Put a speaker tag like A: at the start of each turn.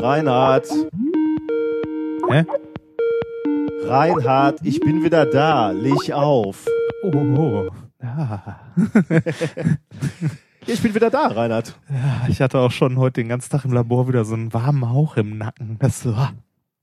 A: Reinhard,
B: Hä?
A: Reinhard, ich bin wieder da. Leg auf.
B: Oh, oh, oh. Ja.
A: Ich bin wieder da, Reinhard.
B: ja, ich hatte auch schon heute den ganzen Tag im Labor wieder so einen warmen Hauch im Nacken. Das so, ah,